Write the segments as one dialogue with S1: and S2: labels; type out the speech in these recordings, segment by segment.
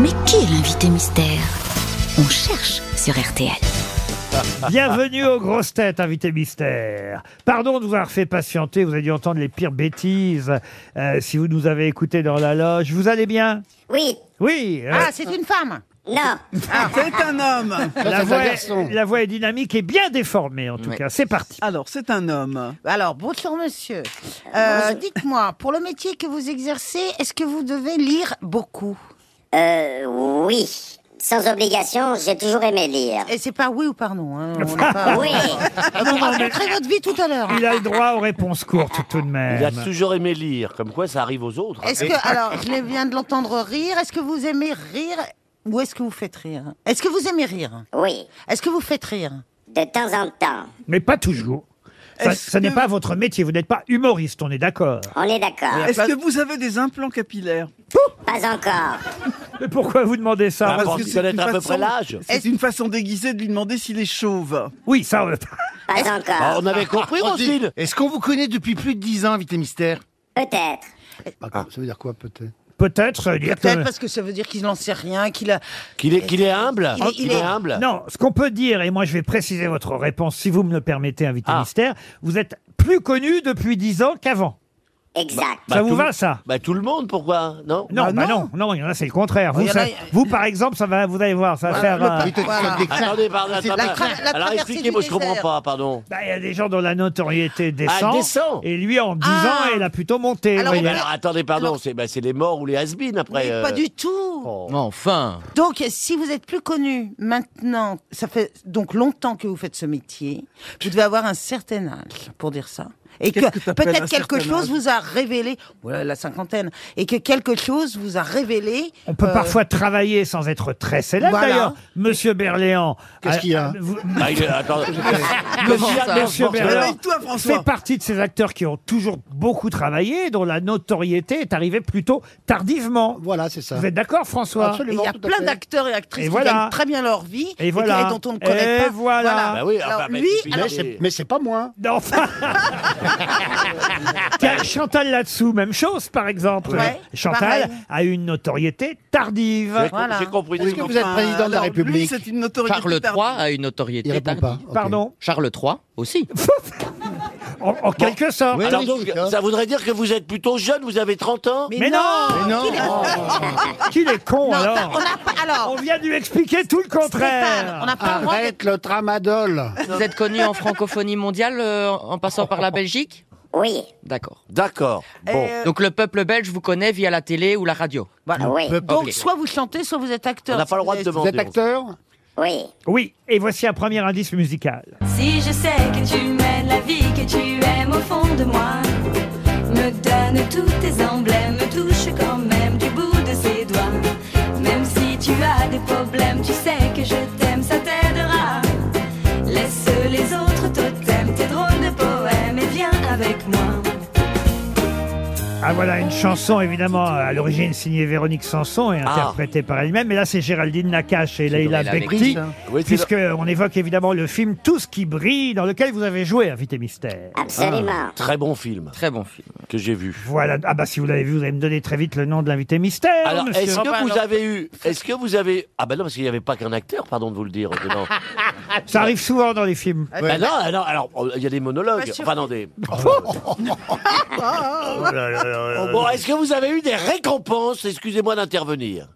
S1: Mais qui est l'invité mystère On cherche sur RTL.
S2: Bienvenue aux grosses têtes, invité mystère. Pardon de vous avoir fait patienter, vous avez dû entendre les pires bêtises euh, si vous nous avez écoutés dans la loge. Vous allez bien
S3: Oui,
S2: Oui euh,
S4: Ah, c'est une femme
S3: non,
S5: C'est un homme.
S2: la, voix est, la voix est dynamique et bien déformée en tout cas. C'est parti.
S5: Alors, c'est un homme.
S4: Alors, bonjour monsieur. Euh, Dites-moi, pour le métier que vous exercez, est-ce que vous devez lire beaucoup
S3: euh, oui. Sans obligation, j'ai toujours aimé lire.
S4: Et c'est pas oui ou pas non. hein, on n'est pas-
S3: Oui,
S4: Ah, Vous raconterez votre vie tout à l'heure.
S2: Il a le droit aux réponses courtes tout de
S6: Il a
S2: même.
S6: toujours aimé lire, comme quoi ça arrive aux autres. hein.
S4: Est-ce que, alors, je l'ai- viens de l'entendre rire, est-ce que vous aimez rire ou est-ce que vous faites rire Est-ce que vous aimez rire
S3: oui,
S4: Est-ce que vous faites rire
S3: de temps en temps.
S2: Mais pas toujours. Ça,
S5: Est-ce
S2: ça n'est
S5: que-
S2: pas votre métier, vous n'êtes pas humoriste, on est d'accord.
S3: On est d'accord.
S5: Est-ce que vous avez des implants capillaires
S3: Pas encore.
S2: Mais pourquoi vous demandez ça
S6: Ah, Parce
S5: que
S6: qu'il
S5: c'est
S6: doit
S5: une
S6: être à peu
S5: façon-
S6: près l'âge.
S5: C'est une façon déguisée de lui demander s'il est chauve.
S2: Oui, ça, on-
S3: Pas
S6: Ah,
S3: encore.
S6: on avait compris,
S7: On dit,
S6: Roselyne
S7: Est-ce qu'on vous connaît depuis plus de 10 ans, Vité Mystère
S3: Peut-être.
S7: Ça veut dire quoi, peut-être
S2: peut-être. ça veut dire que-
S4: Peut-être parce que ça veut dire qu'il n'en sait rien, qu'il a...
S6: Qu'il est, qu'il est humble
S4: Il est- il est-
S6: humble
S2: Non, ce qu'on peut dire, et moi je vais préciser votre réponse si vous me le permettez, invité
S6: Ah.
S2: mystère, vous êtes plus connu depuis 10 ans qu'avant.
S3: Exact.
S2: ça
S6: Bah,
S2: vous
S6: tout-
S2: va ça
S6: Bah tout le monde, pourquoi Non
S2: non,
S4: Bah,
S2: bah non,
S4: non. Oh,
S2: non, il y en a, c'est le contraire. Vous,
S4: Il y en
S2: ça-
S4: a-
S2: vous, par exemple, ça va, vous allez voir, ça va faire. euh, bah, Il
S7: Vité
S4: Voilà.
S6: Ah, Attendez, pardon,
S7: C'est
S6: attendez.
S4: la tra- la
S6: Alors
S4: traversée
S6: expliquez-moi,
S4: du
S6: je comprends
S4: désert.
S6: pas, pardon.
S2: Bah, y a des gens dont la notoriété descend.
S6: descend.
S2: Et lui, en 10
S4: Ah.
S2: ans, il a plutôt monté.
S4: Alors,
S2: vous
S4: on
S2: voyez.
S4: va-
S6: Alors attendez, pardon, c'est bah, c'est les morts ou les has après.
S4: Mais
S6: euh.
S4: Pas du tout
S6: Oh.
S7: Enfin
S4: Donc, si vous êtes plus connu maintenant, ça fait donc longtemps que vous faites ce métier, vous devez avoir un certain âge pour dire ça. Et que,
S5: Qu'est-ce que t'appelles
S4: peut-être
S5: un
S4: quelque
S5: certain
S4: chose
S5: âge
S4: vous a révélé, voilà la cinquantaine, et que quelque chose vous a révélé.
S2: On peut
S4: euh,
S2: parfois travailler sans être très célèbre.
S4: Voilà.
S2: D'ailleurs, Monsieur Berléand.
S7: Qu'est-ce
S2: euh,
S7: qu'il y a
S2: vous-
S6: Ah, il est- attendez.
S2: Monsieur, Monsieur Berléand
S5: Réveille-toi, François.
S2: fait partie de ces acteurs qui ont toujours beaucoup travaillé, dont la notoriété est arrivée plutôt tardivement.
S7: Voilà, c'est ça.
S2: Vous êtes d'accord, François
S4: et Il y a
S7: tout à
S4: plein
S7: fait.
S4: d'acteurs et actrices
S2: Et
S4: qui
S2: voilà.
S4: gagnent très bien leur vie
S2: Et voilà.
S4: qui- dont on ne connaît
S2: Et
S4: pas.
S2: voilà.
S6: Bah oui,
S4: Alors,
S6: enfin, bah,
S4: lui,
S6: il
S4: alors,
S6: est-
S7: Mais c'est pas moi.
S2: Non, enfin. Tiens, Chantal là-dessous, même chose, par exemple.
S4: Ouais,
S2: Chantal
S4: pareil.
S2: a eu une notoriété tardive.
S6: J'ai
S4: Voilà.
S6: j'ai compris.
S7: Est-ce que vous êtes
S5: Enfin,
S7: président de la
S5: alors, Lui,
S7: République
S5: c'est une notoriété.
S8: Charles III
S5: tardive.
S8: a une notoriété
S7: Il répond pas.
S8: tardive.
S7: ok.
S2: Pardon
S8: Charles III aussi.
S2: En, en quelque sorte.
S7: Oui.
S6: Alors
S7: oui,
S6: donc,
S7: c'est
S4: hein.
S7: ça.
S6: ça voudrait dire que vous êtes plutôt jeune, vous avez 30 ans
S2: Mais non
S7: Mais non
S2: Qu'il est con,
S4: Non,
S2: alors
S4: on n'a pas- alors,
S2: On vient de lui expliquer tout le
S4: Stéphane, on
S2: contraire
S4: n'a pas le droit d'être
S7: Arrête le tramadol
S8: Vous êtes connu en francophonie mondiale euh, en passant par la Belgique
S3: Oui,
S8: D'accord.
S6: D'accord. Bon.
S4: Euh,
S8: Donc le peuple belge vous connaît via la télé ou la radio.
S3: oui,
S4: Donc,
S8: Ok.
S4: soit vous chantez, soit vous êtes acteur.
S6: On n'a pas le droit de
S7: Vous
S6: demander.
S7: êtes acteur
S3: oui.
S2: Oui, et voici un premier indice musical.
S9: Si je sais que tu mènes la vie que tu aimes au fond de moi, me donne tous tes emblèmes, me touche quand même du bout de ses doigts. Même si tu as des problèmes, tu sais que je t'aime, ça t'aidera. Laisse les autres totems, tes drôles de poèmes et viens avec moi.
S2: Ah voilà, une chanson évidemment à l'origine signée Véronique Sanson
S6: Ah.
S2: et interprétée par elle-même. Mais là, c'est Géraldine Nakache et Leila
S8: Leïla
S2: Bekti,
S8: Bekti, hein.
S6: Oui, c'est
S2: puisque on évoque évidemment le film Tout ce qui brille, dans lequel vous avez joué, invité mystère.
S4: Ah.
S3: Absolument.
S6: Très bon film
S8: Très bon film.
S6: que j'ai vu.
S2: Voilà. Ah bah si vous l'avez vu, vous allez me donner très vite le nom de l'invité mystère.
S6: Alors,
S2: monsieur.
S6: est-ce
S2: Ah,
S6: que vous
S2: bah,
S6: avez eu. Est-ce que vous avez. Ah, ben non, parce qu'il n'y avait pas qu'un acteur, pardon de vous le dire. dedans.
S2: alors, Ça arrive souvent dans les films.
S6: Ben non, ah non, alors, oh, il y a des monologues.
S4: Pas sûr.
S6: Enfin, non, des. Bon, est-ce que vous avez eu des récompenses Excusez-moi d'intervenir.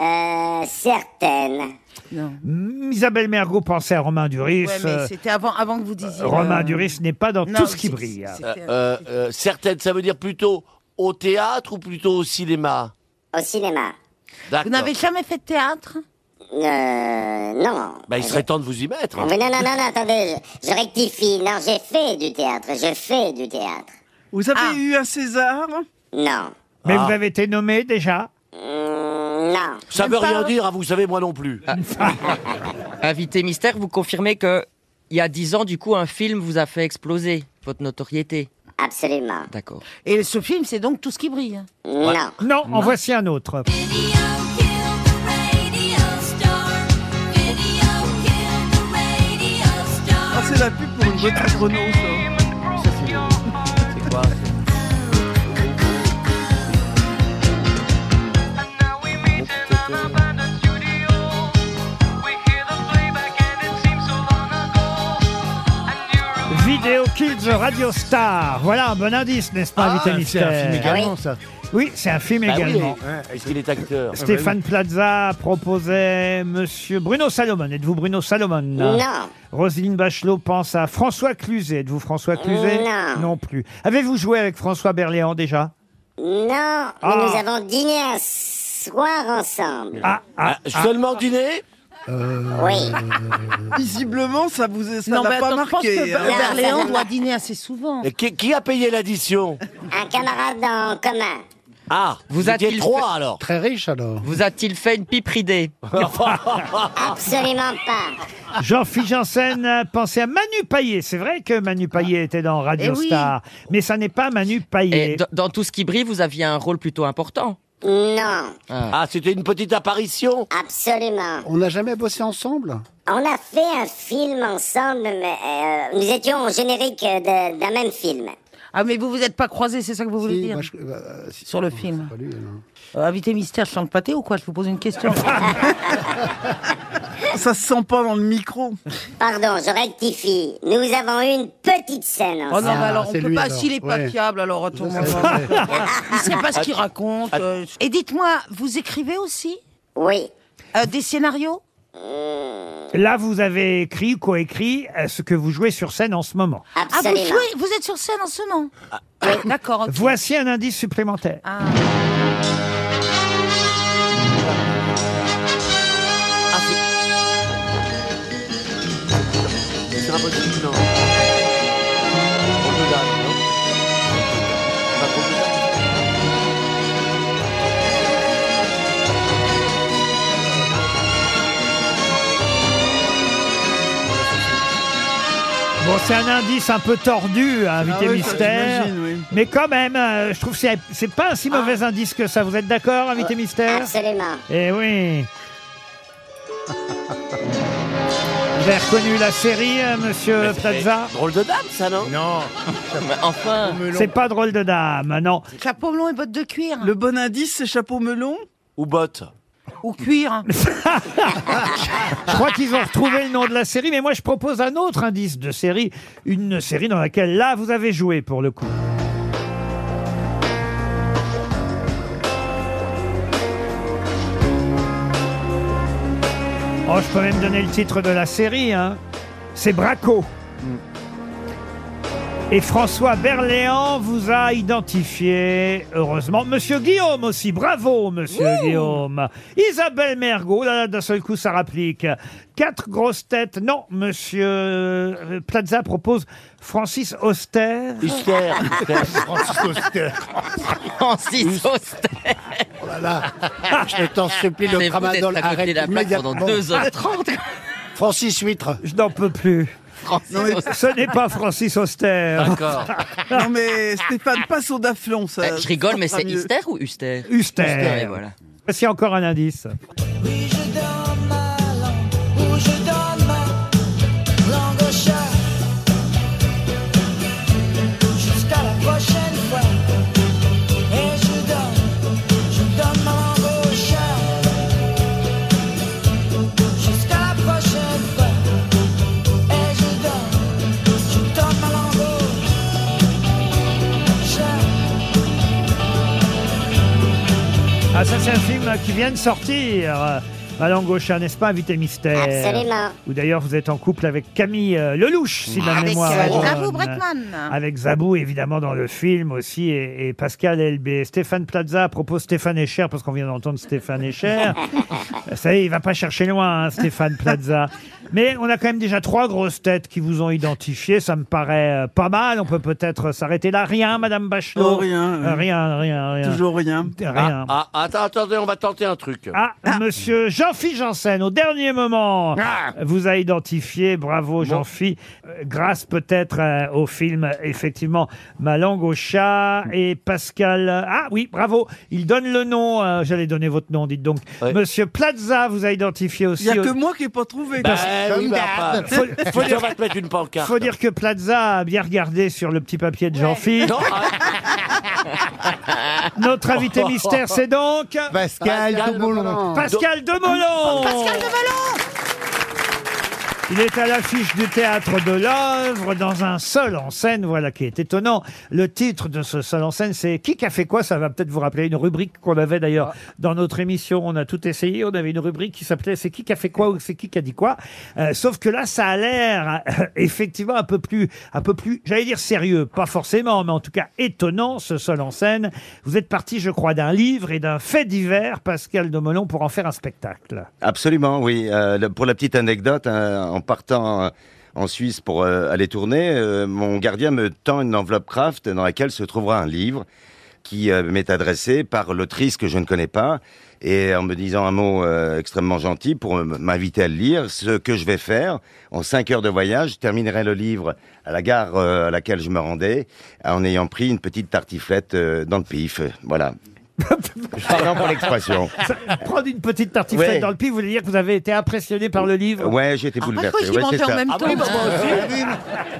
S3: Euh, certaines.
S4: Non.
S2: Mm, Isabelle Mergot pensait à Romain Duris.
S4: Ouais,
S2: euh,
S4: mais c'était avant, avant que vous disiez.
S2: Romain
S4: euh,
S2: Duris n'est pas dans
S4: non,
S2: Tout ce qui
S4: c'est-
S7: hein.
S2: brille.
S4: c'est-
S6: Euh,
S4: c'était-
S6: euh, euh, certaines, ça veut dire plutôt au théâtre ou plutôt au cinéma
S3: Au cinéma.
S6: D'accord.
S4: Vous n'avez jamais fait de théâtre
S3: Euh, non. Ah,
S6: Ben, il serait temps de vous y mettre.
S3: Mais non, non, non, non, attendez, je, je rectifie. Non, j'ai fait du théâtre, je fais du théâtre.
S5: Vous avez
S4: Ah.
S5: eu un César
S3: Non.
S2: Mais
S6: Ah.
S2: vous avez été nommé déjà.
S3: Mm, non.
S6: Ça veut
S4: pas-
S6: rien dire, hein, vous savez, moi non plus. Ben
S8: Invité mystère, vous confirmez que il y a dix ans, du coup, un film vous a fait exploser votre notoriété.
S3: Absolument.
S8: D'accord.
S4: Et ce film, c'est donc tout ce qui brille.
S3: Non.
S2: Non, en voici un autre.
S9: Video killed the radio star. Video killed the radio star.
S5: Ah, C'est la pub pour une voiture Renault, ça.
S6: C'est quoi
S2: Radio Star. Voilà un bon indice, n'est-ce pas, invité mystère
S3: également,
S7: ça.
S2: Oui, c'est un film
S6: Bah oui,
S2: également.
S6: hein, Est-ce qu'il est acteur
S2: Stéphane Plaza proposait Monsieur Bruno Salomon. Êtes-vous Bruno Salomon
S3: Non.
S2: Roselyne Bachelot pense à François Cluzet. Êtes-vous François Cluzet
S3: Non.
S2: plus. Avez-vous joué avec François Berléand déjà
S3: Non, mais
S2: Ah.
S3: nous avons dîné un soir ensemble.
S2: Ah, ah, ah.
S6: Seulement dîner
S3: Oui.
S5: Visiblement, ça vous ça
S10: Non,
S5: n'a
S10: mais
S5: pas
S10: attends, je pense
S5: marqué.
S10: que
S5: hein.
S3: hein. Non,
S10: Berléand
S3: ça
S10: doit dîner assez souvent.
S6: Et qui, qui a payé l'addition
S3: Un camarade en commun.
S6: Ah,
S8: Vous
S6: vous étiez
S8: a-t-il
S6: trois alors.
S7: Très riche alors.
S8: Vous a-t-il fait une pipe ridée
S3: Absolument pas.
S2: Jean-Philippe Janssen pensait à Manu Paillet. C'est vrai que Manu Paillet était dans Radio
S10: Eh oui.
S2: Star, mais ça n'est pas Manu Paillet.
S8: Et dans- dans Tout ce qui brille, vous aviez un rôle plutôt important.
S3: Non,
S6: Ah, c'était une petite apparition.
S3: absolument.
S7: On n'a jamais bossé ensemble
S3: On a fait un film ensemble, mais euh, nous étions au générique euh, de- d'un même film.
S10: Ah, mais vous vous êtes pas croisés, c'est ça que vous voulez
S7: Si,
S10: dire
S7: moi, je- bah, euh, si-
S10: Sur le
S7: non,
S10: film.
S7: c'est pas Ah, lui, hein. non.
S10: Euh, Invité mystère, je sens le pâté ou quoi Je vous pose une question. bah-
S5: Ça se sent pas dans le micro. Ah
S3: Pardon, je rectifie. Nous avons eu une petite scène
S10: Oh
S3: ensemble.
S10: non, mais alors on
S7: c'est
S10: peut
S7: lui,
S10: pas,
S7: alors.
S10: s'il est pas
S7: Ouais.
S10: fiable, alors à tout
S7: Ça,
S10: moment.
S7: c'est vrai.
S10: Il sait pas ce qu'il raconte. euh. Et dites-moi, vous écrivez aussi
S3: Oui.
S10: euh, des scénarios
S2: Là, vous avez écrit ou coécrit euh, ce que vous jouez sur scène en ce moment.
S10: Ah, vous
S3: Absolument.
S10: jouez Vous êtes sur scène en ce moment D'accord. ok.
S2: Voici un indice supplémentaire.
S10: Ah.
S6: C'est impossible, non. On peut dalle, non Pas trop de dalle.
S2: Bon, c'est un indice un peu tordu, hein, invité
S5: Ah oui, ça,
S2: mystère.
S5: j'imagine, oui.
S2: Mais quand même, euh, je trouve que c'est- c'est pas un si mauvais indice que ça. Vous êtes d'accord, invité mystère
S3: Absolument.
S2: Eh oui. Vous avez reconnu la série, euh, monsieur Plaza
S6: Drôle de dame, ça, non
S8: Mais enfin,
S2: C'est pas drôle de dame, non.
S10: Chapeau melon et bottes de cuir
S5: Le bon indice, c'est chapeau melon.
S6: Ou botte
S10: Ou cuir
S2: Je crois qu'ils ont retrouvé le nom de la série, mais moi je propose un autre indice de série, une série dans laquelle là vous avez joué pour le coup. Oh, je peux même donner le titre de la série, hein. C'est Braco. Et François Berléand vous a identifié, heureusement. Monsieur Guillaume aussi, bravo, monsieur Guillaume. Isabelle Mergot, là, là, d'un seul coup, ça rapplique. Quatre grosses têtes. Non, monsieur euh, Plaza propose Francis Auster.
S6: Huster.
S8: Francis Auster.
S7: Oh là là. Je t'en supplie,
S8: Mais
S7: le
S8: vous êtes
S7: tramadol
S8: à côté de
S7: arrête
S8: la plaque pendant
S7: immédiatement.
S8: 2h30.
S7: Francis Huître.
S2: Je n'en peux plus.
S8: Francis Auster.
S2: Ce n'est pas Francis Auster.
S8: D'accord.
S5: Non mais Stéphane, pas soda flon, ça.
S8: Euh, Je rigole, mais
S5: ça sera
S8: c'est
S5: mieux.
S8: Huster ou Huster
S2: Huster.
S8: Ouais, voilà.
S2: Voici encore un indice.
S11: Oui, je donne ma langue, ou je donne ma langue au chat. Jusqu'à la prochaine fois. Et je donne, je donne ma langue au chat. Jusqu'à la prochaine fois. Et je donne, je donne ma langue au chat.
S2: Ah, ça, c'est un film qui vient de sortir. Euh, Ma langue au chat, n'est-ce pas, invité
S10: Euh.
S2: mystère
S3: Absolument.
S2: Ou d'ailleurs, vous êtes en couple avec Camille euh, Lelouch, si ma
S10: Avec
S2: mémoire
S10: euh,
S2: est bonne.
S10: Zabou Bretman
S2: Avec Zabou, évidemment, dans le film aussi, et, et Pascal Elbé. Stéphane Plaza propose Stéphane Echer, parce qu'on vient d'entendre Stéphane Echer. Ça y est, il va pas chercher loin, hein, Stéphane Plaza. Mais on a quand même déjà trois grosses têtes qui vous ont identifié. Ça me paraît euh, pas mal. On peut peut-être s'arrêter là. Rien, Madame Bachelot
S5: Oh, rien, oui.
S2: Euh, Rien, rien, rien.
S5: Toujours rien.
S2: Rien.
S6: Ah, ah, attends, attendez, on va tenter un truc.
S2: Ah, monsieur Jean-Philippe Janssen, au dernier moment,
S5: Ah.
S2: vous a identifié. Bravo, Jean-Philippe. Euh, Grâce peut-être euh, au film, effectivement, Ma langue au chat et Pascal. Ah oui, bravo. Il donne le nom. euh, J'allais donner votre nom, dites donc.
S6: Ouais.
S2: Monsieur Plaza vous a identifié aussi.
S5: Il y a
S2: au-
S10: euh,
S5: que moi qui ai pas trouvé.
S6: Bah, oui, bah, enfin,
S2: faut, faut
S6: Huster
S2: dire,
S6: va te mettre une pancarte.
S2: faut dire que Plaza a bien regardé sur le petit papier de Jean-Philippe.
S6: Non, ah,
S2: Notre invité mystère, c'est donc
S7: Pascal Doublon.
S2: Pascal Demolon. Pascal Demolon Il est à l'affiche du théâtre de l'œuvre dans un seul en scène, voilà qui est étonnant. Le titre de ce seul en scène, c'est Qui a fait quoi Ça va peut-être vous rappeler une rubrique qu'on avait d'ailleurs dans notre émission. On a tout essayé, on avait une rubrique qui s'appelait C'est qui qui a fait quoi ou c'est qui qui a dit quoi. Euh, sauf que là, ça a l'air euh, effectivement un peu plus, un peu plus, j'allais dire sérieux, pas forcément, mais en tout cas étonnant ce seul en scène. Vous êtes parti, je crois, d'un livre et d'un fait divers, Pascal Domelon, pour en faire un spectacle.
S4: Absolument, oui. Euh, le- pour la petite anecdote, hein, en partant euh, en Suisse pour euh, aller tourner, euh, mon gardien me tend une enveloppe Kraft dans laquelle se trouvera un livre qui euh, m'est adressé par l'autrice que je ne connais pas et en me disant un mot euh, extrêmement gentil pour m- m'inviter à le lire, ce que je vais faire en cinq heures de voyage, je terminerai le livre à la gare euh, à laquelle je me rendais en ayant pris une petite tartiflette euh, dans le pif. Voilà. Pardon pour l'expression.
S2: Prendre une petite tartiflette
S4: Ouais.
S2: dans le pied, vous voulez dire que vous avez été impressionné par le livre
S4: Ouais, j'ai été bouleversé. Ouais, c'est ça. bah,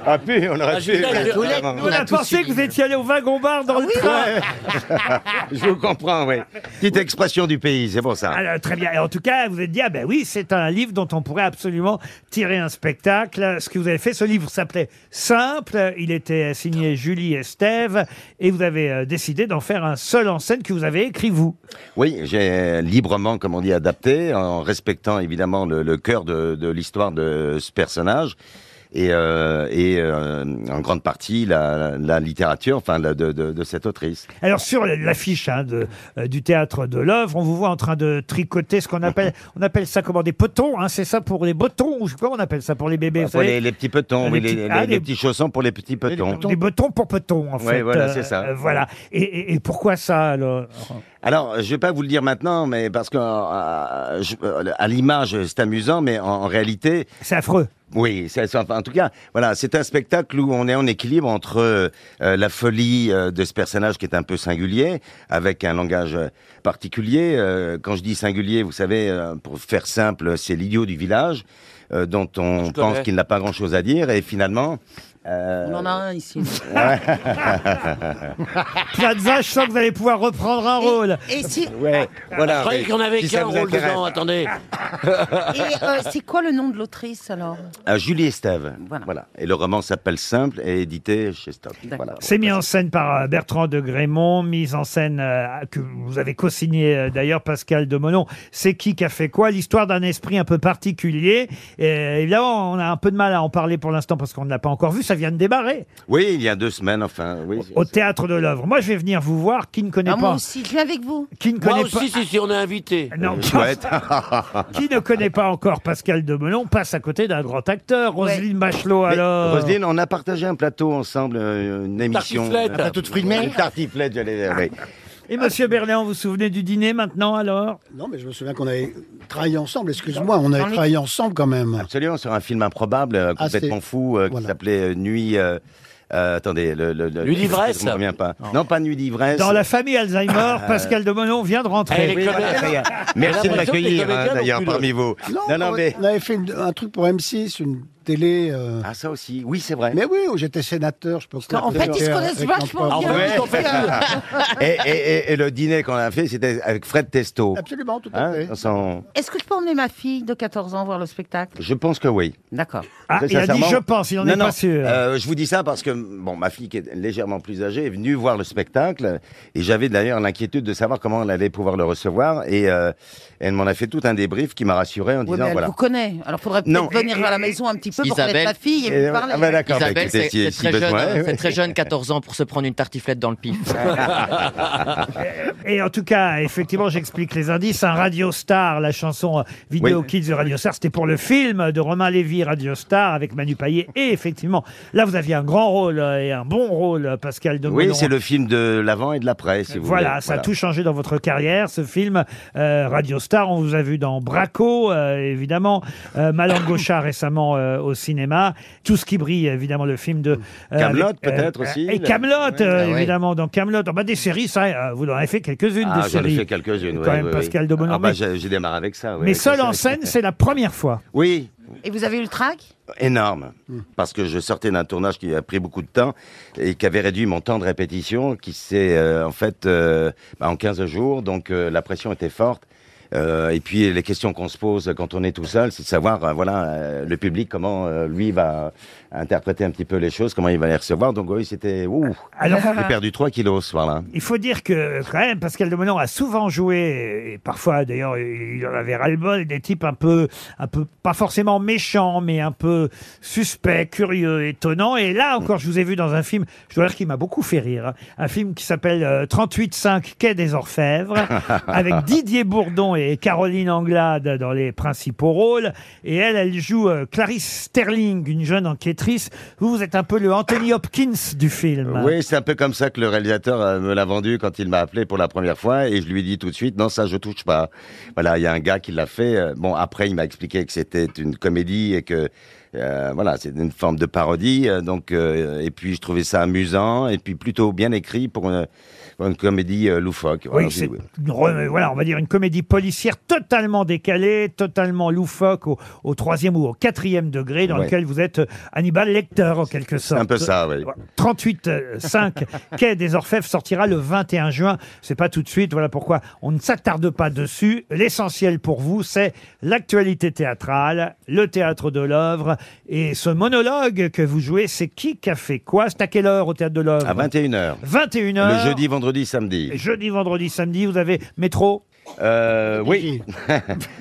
S4: Ah, puis, on aurait
S2: Ah,
S4: pu.
S2: j'ai- j'ai- On a pensé
S4: hein.
S2: que vous étiez allé au wagon bar dans le train.
S4: Je vous comprends, oui. Petite expression du pays, c'est pour ça.
S2: Alors, très bien. Et en tout cas, vous êtes dit, ah ben oui, c'est un livre dont on pourrait absolument tirer un spectacle. Ce que vous avez fait, ce livre s'appelait Simple. Il était signé Julie Estève. Et vous avez euh, décidé d'en faire un seul en scène que vous avez écrit vous.
S4: Oui, j'ai librement, comme on dit, adapté, en respectant évidemment le, le cœur de, de l'histoire de ce personnage. Et, euh, et euh, en grande partie la, la littérature, enfin la- de, de- de cette autrice.
S2: Alors sur l'affiche hein, de, euh, du théâtre de l'œuvre, on vous voit en train de tricoter ce qu'on appelle, on appelle ça comment des potons, hein, c'est ça pour les botons, ou je- comment on appelle ça pour les bébés vous
S4: Pour
S2: savez
S4: les, les petits petons,
S2: Les
S4: oui, les,
S2: petits-
S4: les-
S2: ah,
S4: les
S2: les-
S4: petits chaussons pour les petits petons.
S2: Des botons pour potons, en
S4: Ouais,
S2: fait. euh,
S4: voilà, c'est ça.
S2: voilà. Et, et- et pourquoi ça alors
S4: Alors, je vais pas vous le dire maintenant, mais parce que euh, je- euh, à l'image, c'est amusant, mais en, en réalité,
S2: c'est affreux.
S4: Oui, c'est c'est- enfin, en tout cas, voilà, c'est un spectacle où on est en équilibre entre euh, la folie euh, de ce personnage qui est un peu singulier, avec un langage euh, particulier. Euh, quand je dis singulier, vous savez, euh, pour faire simple, c'est l'idiot du village euh, dont on pense
S10: connais.
S4: qu'il n'a pas grand-chose à dire, et finalement. euh,
S10: On en a un ici.
S2: Plaza, je sens que vous allez pouvoir reprendre un rôle.
S10: Et si-
S4: Ouais, voilà.
S6: Je croyais
S4: oui.
S6: qu'on avait
S4: Si ça
S6: qu'un
S4: vous
S6: rôle
S4: intéresse.
S6: dedans, attendez.
S10: Et euh, c'est quoi le nom de l'autrice alors
S4: Euh, Julie Estève. Voilà. Et le roman s'appelle Simple et édité chez Stock. Voilà.
S2: C'est mis en scène par euh, Bertrand de Grémont, mise en scène euh, que vous avez co-signé euh, d'ailleurs Pascal de Molon. C'est qui qui a fait quoi L'histoire d'un esprit un peu particulier. Et, euh, évidemment, on a un peu de mal à en parler pour l'instant parce qu'on ne l'a pas encore vu. Ça vient de démarrer
S4: Oui, il y a deux semaines, enfin. Oui,
S2: au théâtre de l'œuvre. Moi, je vais venir vous voir. Qui ne connaît
S10: Ah,
S2: pas
S10: Moi aussi, je viens avec vous.
S2: Qui ne
S6: Moi
S2: connaît
S6: aussi,
S2: pas
S6: si, si, on est invité.
S4: Euh,
S2: Non, Qui ne connaît pas encore Pascal de Melon passe à côté d'un grand acteur. Roselyne Bachelot,
S4: Mais,
S2: alors.
S4: Roselyne, on a partagé un plateau ensemble, euh, une émission.
S2: Tartiflette.
S4: Un
S2: Un plateau de fruits de mer.
S4: Une tartiflette, j'allais. oui.
S2: Et monsieur Berléand, vous vous souvenez du dîner maintenant, alors
S7: Non, mais je me souviens qu'on avait travaillé ensemble, excuse-moi, on
S2: Dans
S7: avait
S2: les-
S7: travaillé ensemble quand même.
S4: Absolument, sur un film improbable, euh,
S7: Ah,
S4: complètement
S7: c'est-
S4: fou, euh, qui
S7: voilà.
S4: s'appelait euh, Nuit. euh, euh, attendez, le. le, le-
S6: Nuit d'ivresse.
S4: je me reviens pas. Non. pas Nuit d'ivresse.
S2: Dans la famille Alzheimer,
S4: Euh,
S2: Pascal de Melon vient de rentrer.
S4: Oui, merci,
S6: Ah,
S4: Merci de m'accueillir, hein, d'ailleurs, parmi vous.
S7: Non, on, on avait fait une- un truc pour M6, une télé. euh.
S4: Ah, ça aussi, oui, c'est vrai.
S7: Mais oui, où j'étais sénateur, je peux
S10: En fait, ils se connaissent vachement bien.
S4: Ouais.
S10: ils sont
S4: et,
S10: faits.
S4: et- et- et le dîner qu'on a fait, c'était avec Fred Testo.
S10: Absolument, tout
S4: à fait.
S10: Est-ce que je peux emmener ma fille de 14 ans voir le spectacle
S4: Je pense que oui.
S10: D'accord.
S2: Ah,
S4: Très
S2: il a dit
S4: sincèrement-
S2: je pense, il en
S4: Non,
S2: est
S4: non,
S2: pas sûr.
S4: euh, je vous dis ça parce que bon, ma fille qui est légèrement plus âgée est venue voir le spectacle et j'avais d'ailleurs l'inquiétude de savoir comment elle allait pouvoir le recevoir et euh, elle m'en a fait tout un débrief qui m'a rassuré en
S10: Oui, mais
S4: disant
S10: elle
S4: voilà.
S10: vous connaît. Alors, faudrait
S4: Non.
S10: peut-être venir à la maison un petit peu pour connaître
S8: Isabelle-
S10: ma fille et lui parler.
S4: Ah bah d'accord, bah
S8: Isabelle,
S4: écoutez,
S8: c'est
S4: si-
S8: c'est
S4: si
S8: très,
S4: besoin,
S8: jeune,
S4: ouais,
S8: c'est
S4: ouais.
S8: très jeune, 14 ans, pour se prendre une tartiflette dans le pif.
S2: Et en tout cas, effectivement, j'explique les indices. Un Radio Star, la chanson euh, Vidéo Kids de Radio Star, c'était pour le film de Romain Lévy, Radio Star, avec Manu Payet. Et effectivement, là, vous aviez un grand rôle euh, et un bon rôle, euh, Pascal de
S4: Oui,
S2: Melon.
S4: c'est le film de l'avant et de l'après, si vous
S2: Voilà,
S4: voulez.
S2: ça a tout changé dans votre carrière, ce film euh, Radio Star. On vous a vu dans Braco, euh, évidemment, euh, Malangocha récemment euh, au cinéma. Tout ce qui brille, évidemment, le film de euh,
S4: Kaamelott,
S2: avec,
S4: peut-être aussi,
S2: Et
S4: le-
S2: Camelot, euh,
S4: Ah oui.
S2: évidemment, dans Camelot. Ah des séries, ça, euh, vous en avez fait quelques-unes
S4: Ah,
S2: des
S4: j'en ai
S2: séries.
S4: fait quelques-unes.
S2: Quand
S4: ouais,
S2: même,
S4: ouais,
S2: Pascal
S4: ouais.
S2: de Bolloré.
S4: Ah bah, j'ai j'ai démarré avec ça. ouais,
S2: Mais
S4: avec
S2: seul
S4: ça.
S2: en scène, c'est la première fois.
S4: Oui,
S10: Et vous avez eu le trac Hmm.
S4: énorme. Parce que je sortais d'un tournage qui a pris beaucoup de temps et qui avait réduit mon temps de répétition, qui s'est euh, en fait euh, bah, en 15 jours, donc euh, la pression était forte. Euh, et puis les questions qu'on se pose quand on est tout seul, c'est de savoir, euh, voilà, euh, le public comment euh, lui va interpréter un petit peu les choses, comment il va les recevoir. Donc oui, c'était ouh,
S2: Alors-
S4: j'ai perdu 3 kilos ce soir-là.
S2: Il faut dire que, quand même, Pascal Demenon a souvent joué, et parfois, d'ailleurs, il en avait ras-le-bol, des types un peu, un peu, pas forcément méchants, mais un peu suspects, curieux, étonnants. Et là, encore, je vous ai vu dans un film, je dois dire qu'il m'a beaucoup fait rire, hein, un film qui s'appelle euh, 38-5 Quai des Orfèvres, avec Didier Bourdon et Caroline Anglade dans les principaux rôles. Et elle, elle joue euh, Clarice Sterling, une jeune enquêtrice. Vous, vous êtes un peu le Anthony Hopkins du film.
S4: Oui, c'est un peu comme ça que le réalisateur euh, me l'a vendu quand il m'a appelé pour la première fois et je lui ai dit tout de suite non ça je touche pas. Voilà, il y a un gars qui l'a fait. euh, Bon après il m'a expliqué que c'était une comédie et que euh, voilà, c'est une forme de parodie euh, donc euh, et puis je trouvais ça amusant et puis plutôt bien écrit pour une, pour une comédie euh, loufoque. Voilà,
S2: Oui,
S4: j'ai-
S2: c'est une re- voilà, on va dire une comédie policière totalement décalée, totalement loufoque au, au troisième ou au quatrième degré, dans
S4: Ouais.
S2: lequel vous êtes euh, Hannibal Lecter en quelque sorte.
S4: un peu ça, oui.
S2: 38 euh, 5 Quai des Orfèvres sortira le 21 juin. C'est pas tout de suite. Voilà pourquoi on ne s'attarde pas dessus. L'essentiel pour vous, c'est l'actualité théâtrale, le théâtre de l'œuvre et ce monologue que vous jouez. C'est qui qui a fait quoi C'est à quelle heure au théâtre de l'œuvre
S4: À 21h.
S2: 21h.
S4: Le jeudi, vendredi, samedi.
S2: Jeudi, vendredi, samedi, vous avez métro
S4: Euh, oui.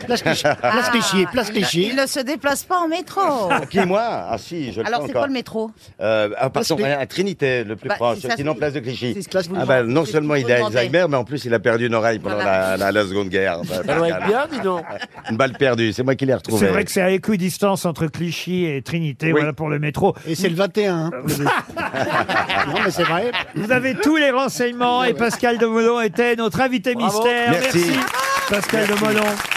S10: Place Clichy,
S4: place Clichy, place Clichy.
S10: Il ne se déplace pas en métro.
S4: Et puis moi, ah si, je le
S10: Alors,
S4: fais
S10: c'est
S4: encore.
S10: quoi le métro
S4: Euh, ah,
S10: Place
S4: pardon,
S10: Clichy.
S4: à Trinité, le plus
S10: Bah,
S4: proche,
S10: c'est ça,
S4: sinon
S10: c'est-
S4: place de Clichy.
S10: c'est ce que je vous
S4: Ah bah,
S10: demande,
S4: non
S10: c'est ce
S4: seulement
S10: que je
S4: il a
S10: vous demandais.
S4: Alzheimer, mais en plus il a perdu une oreille pendant
S10: Voilà.
S4: la, la- la Seconde Guerre.
S6: Ça doit être bien, dis donc.
S4: Une balle perdue, c'est moi qui l'ai retrouvée.
S2: C'est vrai que c'est à équidistance entre Clichy et Trinité, voilà pour le métro.
S7: Et c'est le 21. hein.
S4: Ah,
S7: non, mais c'est vrai.
S2: Vous avez tous les renseignements et Pascal de Molon était notre invité
S7: Bravo.
S2: mystère.
S7: Merci.
S2: Pascal de
S7: Merci.
S2: Molon.